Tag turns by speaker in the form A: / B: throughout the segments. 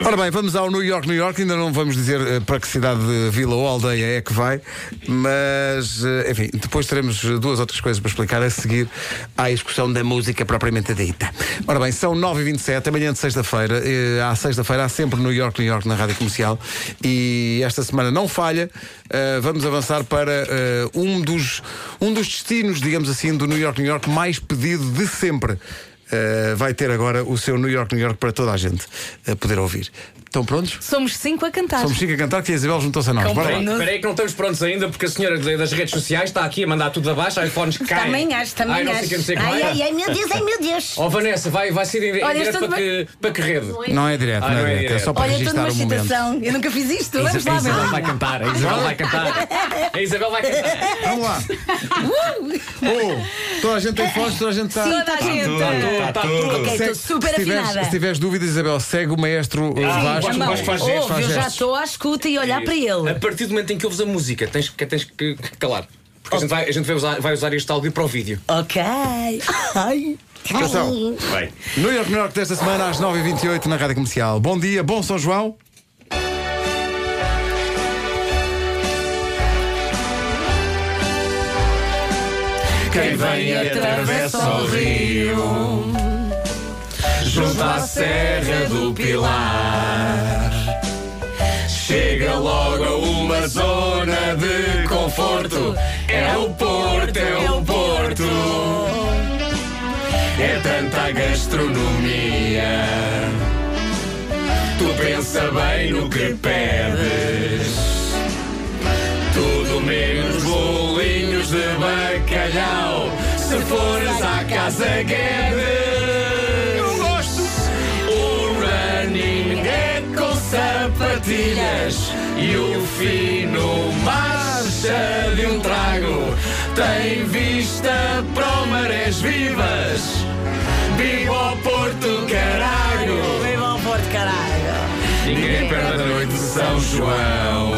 A: Ora bem, vamos ao New York, New York. Ainda não vamos dizer eh, para que cidade, vila ou aldeia é que vai, mas, eh, enfim, depois teremos eh, duas outras coisas para explicar a seguir à excursão da música propriamente dita. Ora bem, são 9h27, amanhã é de sexta-feira. eh, À sexta-feira há sempre New York, New York na rádio comercial e esta semana não falha. eh, Vamos avançar para eh, um dos, um dos destinos, digamos assim, do New York, New York mais pedido de sempre. Uh, vai ter agora o seu New York, New York para toda a gente uh, poder ouvir. Estão prontos?
B: Somos cinco a cantar.
A: Somos cinco a cantar que a Isabel juntou-se a nós. Bora lá.
B: Compreendo.
C: Espera aí que não estamos prontos ainda, porque a senhora de- das redes sociais está aqui a mandar tudo abaixo, iPhones caem.
B: Também acho, também
C: ai, não sei
B: acho.
C: que, não sei que
D: Ai,
C: mais.
D: ai, ai, meu Deus, ai, meu Deus.
C: Ó Vanessa, vai, vai ser em, em
B: Olha,
C: direto
B: estou
C: para
B: numa-
C: que, para que rede?
A: Não é direto,
C: Ah,
A: não é
C: não é
A: direto. É
C: direto.
A: só para
B: Olha, estou
A: registrar
B: numa
A: o momento.
B: excitação. Eu nunca fiz isto.
C: A
B: Vamos lá,
C: Isabel
B: vamos
C: vai
B: lá.
C: cantar, a Isabel vai cantar. A Isabel vai cantar.
A: Vamos lá. Oh, toda a gente tem fones, toda a gente está.
B: Sim, tá está a gente.
C: Está Tá tudo.
B: Ok, estou super
A: se tiveres,
B: afinada.
A: se tiveres dúvida, Isabel, segue o maestro uh, Vasco.
C: Vasco, Vasco faz É. gestos,
B: Ouve,
A: faz
B: eu já
A: gestos.
B: estou à escuta e olhar para
C: A
B: ele.
C: partir do momento em que ouves a música, tens que, tens que calar. Porque a gente, vai, a gente vai, usar, vai usar este áudio para o vídeo.
B: Ok. Ai.
A: Atenção.
C: Vai.
A: New York, New York desta semana às 9h28 na Rádio Comercial. Bom dia, bom São João.
C: Quem
B: vem atravessa o
C: rio Junto à Serra do Pilar Chega logo a uma zona de conforto É o Porto, é o Porto É tanta gastronomia Tu pensa bem no que pedes tudo menos bolinhos de bacalhau Se fores à Casa Guedes Eu gosto O running é com sapatilhas E o fino marcha de um trago Tem vista para o marés vivas Viva o Porto, caralho
B: Bem bom, Porto, caralho.
C: Ninguém perde a noite de São João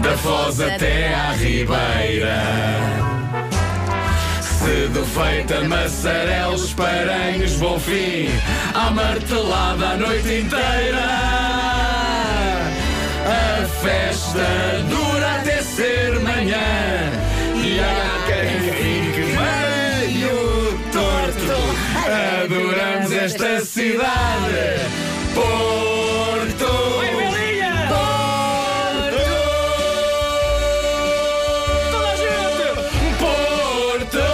C: Da Foz até à Ribeira Se do feita maçarelos, paranhos, bom fim À martelada a noite inteira A festa dura até ser manhã E há quem fique meio torto Adoramos esta cidade Porto Porto Toda a gente Porto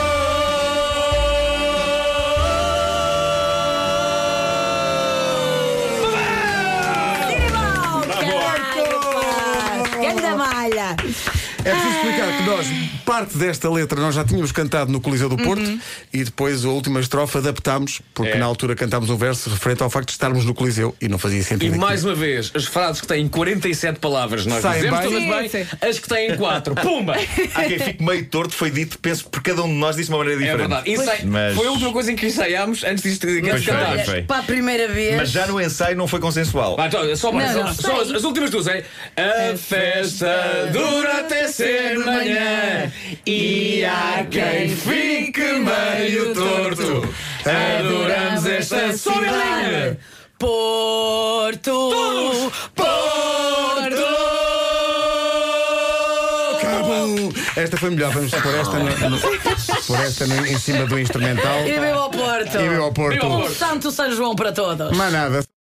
B: Bom, caralho, pá. Ganda malha.
A: É preciso explicar que nós, parte desta letra, nós já tínhamos cantado no Coliseu do Porto e depois a última estrofe adaptámos, porque
C: Uhum. É.
A: na altura cantámos um verso referente ao facto de estarmos no Coliseu e não fazia
C: E
A: sentido.
C: mais um uma vez, as frases que têm 47 palavras, nós
A: Saem
C: dizemos
A: bem.
C: todas
B: Sim,
C: bem, as que têm 4, pumba!
E: Há quem fique meio torto, foi dito, penso, por cada um de nós disse de uma maneira
C: É
E: diferente.
C: verdade. Ensai-
E: Mas-
C: Foi a última coisa em que ensaiámos antes disto antes
E: Pois
C: de
E: foi,
C: cantar.
E: pois Tá, foi.
B: Para a primeira vez.
E: Mas já no ensaio não foi consensual.
C: Vai, então, só mais,
B: Não, não,
C: só, só as,
B: sei.
C: as últimas duas, hein? A festa dura até ser de manhã e há quem fique meio torto. Adoramos esta sobrinha.
B: Porto.
C: Porto!
A: Acabou! Esta foi melhor, vamos pôr esta, no- no- pôr esta no- em cima do instrumental
B: E
A: e
B: viva o Porto.
A: viu ao
C: Viva o
A: Porto.
C: Porto.
B: Um santo São João para todos.
A: Mas nada.